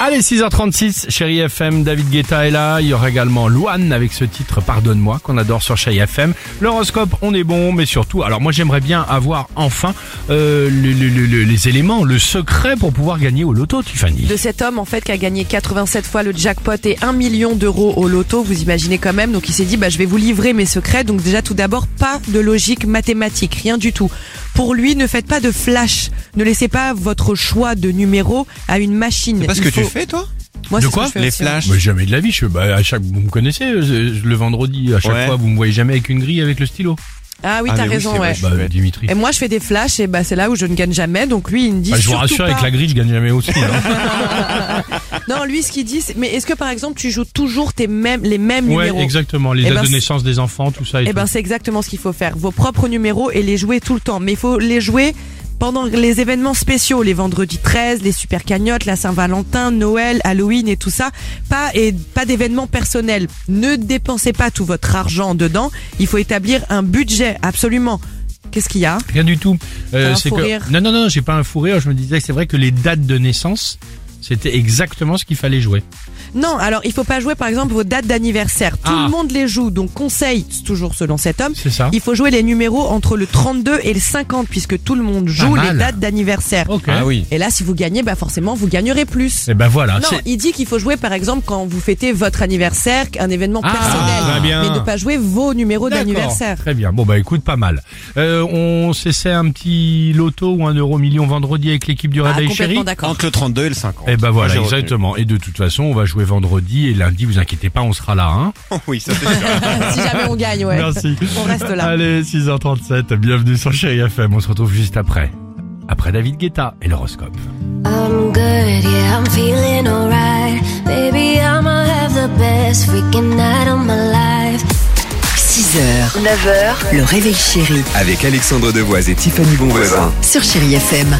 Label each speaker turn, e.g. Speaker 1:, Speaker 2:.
Speaker 1: Allez, 6h36, chérie FM, David Guetta est là. Il y aura également Luan avec ce titre Pardonne-moi qu'on adore sur chérie FM. L'horoscope, on est bon, mais surtout, alors moi j'aimerais bien avoir enfin euh, le- le- le- le- les éléments, le secret pour pouvoir gagner au loto, Tiffany.
Speaker 2: de cet homme en fait qui a gagné 87 fois le jackpot et 1 million d'euros au loto, vous imaginez quand même. Donc il s'est dit bah je vais vous livrer mes secrets. Donc déjà tout d'abord pas de logique mathématique, rien du tout. Pour lui, ne faites pas de flash, ne laissez pas votre choix de numéro à une machine.
Speaker 3: Parce
Speaker 2: Il
Speaker 3: que
Speaker 2: faut-
Speaker 3: tu fais, toi
Speaker 2: Moi,
Speaker 1: De
Speaker 2: c'est ce
Speaker 1: quoi
Speaker 2: que je fais
Speaker 3: Les
Speaker 2: aussi, hein. ouais.
Speaker 3: flashs
Speaker 1: Mais jamais de la vie, je, bah, à chaque, vous me connaissez, euh, je- le vendredi, à chaque
Speaker 3: Ouais.
Speaker 1: fois, vous me voyez jamais avec une grille, avec le stylo.
Speaker 2: Ah oui,
Speaker 3: Ah,
Speaker 2: t'as
Speaker 3: mais oui,
Speaker 2: raison,
Speaker 3: c'est vrai,
Speaker 2: ouais.
Speaker 3: je
Speaker 1: Bah,
Speaker 3: suis bête.
Speaker 1: Dimitri.
Speaker 2: Et moi, je fais des flashs et bah c'est là où je ne gagne jamais. Donc lui, il me dit
Speaker 1: Bah, je vous
Speaker 2: surtout
Speaker 1: rassure,
Speaker 2: pas.
Speaker 1: avec la grille, je gagne jamais hein. aussi.
Speaker 2: Non, lui, ce qu'il dit, c'est... mais est-ce que par exemple, tu joues toujours tes mêmes les mêmes
Speaker 1: ouais,
Speaker 2: numéros
Speaker 1: exactement. Les
Speaker 2: Eh
Speaker 1: dates
Speaker 2: ben,
Speaker 1: de naissance des enfants, tout ça. Et
Speaker 2: Eh
Speaker 1: tout.
Speaker 2: ben, c'est exactement ce qu'il faut faire. Vos propres numéros et les jouer tout le temps. Mais il faut les jouer pendant les événements spéciaux, les vendredis 13, les super cagnottes, la Saint-Valentin, Noël, Halloween et tout ça. Pas, et pas d'événements personnels. Ne dépensez pas tout votre argent dedans. Il faut établir un budget, absolument. Qu'est-ce qu'il y a?
Speaker 1: Rien du tout. Euh,
Speaker 2: T'as un
Speaker 1: c'est
Speaker 2: fou
Speaker 1: que
Speaker 2: rire.
Speaker 1: non non non, j'ai pas un fou rire. Je me disais que c'est vrai que les dates de naissance, c'était exactement ce qu'il fallait jouer.
Speaker 2: Non, alors il faut pas jouer par exemple vos dates d'anniversaire. Tout
Speaker 1: Ah.
Speaker 2: le monde les joue, donc conseil, c'est toujours selon cet homme,
Speaker 1: C'est ça.
Speaker 2: il faut jouer les numéros entre le 32 et le 50 puisque tout le monde joue les
Speaker 1: mal.
Speaker 2: dates d'anniversaire.
Speaker 1: Ok.
Speaker 3: Ah oui.
Speaker 2: Et là, si vous gagnez, bah forcément, vous gagnerez plus.
Speaker 1: Et ben voilà.
Speaker 2: Non,
Speaker 1: c'est-
Speaker 2: il dit qu'il faut jouer par exemple quand vous fêtez votre anniversaire, un événement
Speaker 1: Ah, très bien.
Speaker 2: personnel, mais de pas jouer vos numéros
Speaker 1: D'accord.
Speaker 2: d'anniversaire. Ah,
Speaker 1: Très bien. Bon bah écoute, pas mal. Euh, on s'essaie un petit loto ou un euro million vendredi avec l'équipe du
Speaker 2: Ah,
Speaker 1: Réveil Chéri.
Speaker 2: complètement d'accord.
Speaker 3: Entre le 32 et le 50.
Speaker 1: Et ben voilà,
Speaker 3: Moi, j'ai retenu.
Speaker 1: exactement. Et de toute façon, on va jouer vendredi et lundi. Vous inquiétez pas, on sera là. Hein
Speaker 3: oui, ça fait sûr.
Speaker 2: si jamais on gagne, ouais.
Speaker 1: Merci.
Speaker 2: On reste là.
Speaker 1: Allez, 6h37. Bienvenue sur Chéri FM. On se retrouve juste après. Après David Guetta et l'horoscope.
Speaker 4: I'm good, yeah, I'm feeling alright. Baby, I'ma have the best freaking night of my life.
Speaker 5: 6h, 9h, le réveil chéri
Speaker 6: Avec Alexandre Devoise et Tiffany Bonvoisin.
Speaker 5: sur Chéri FM.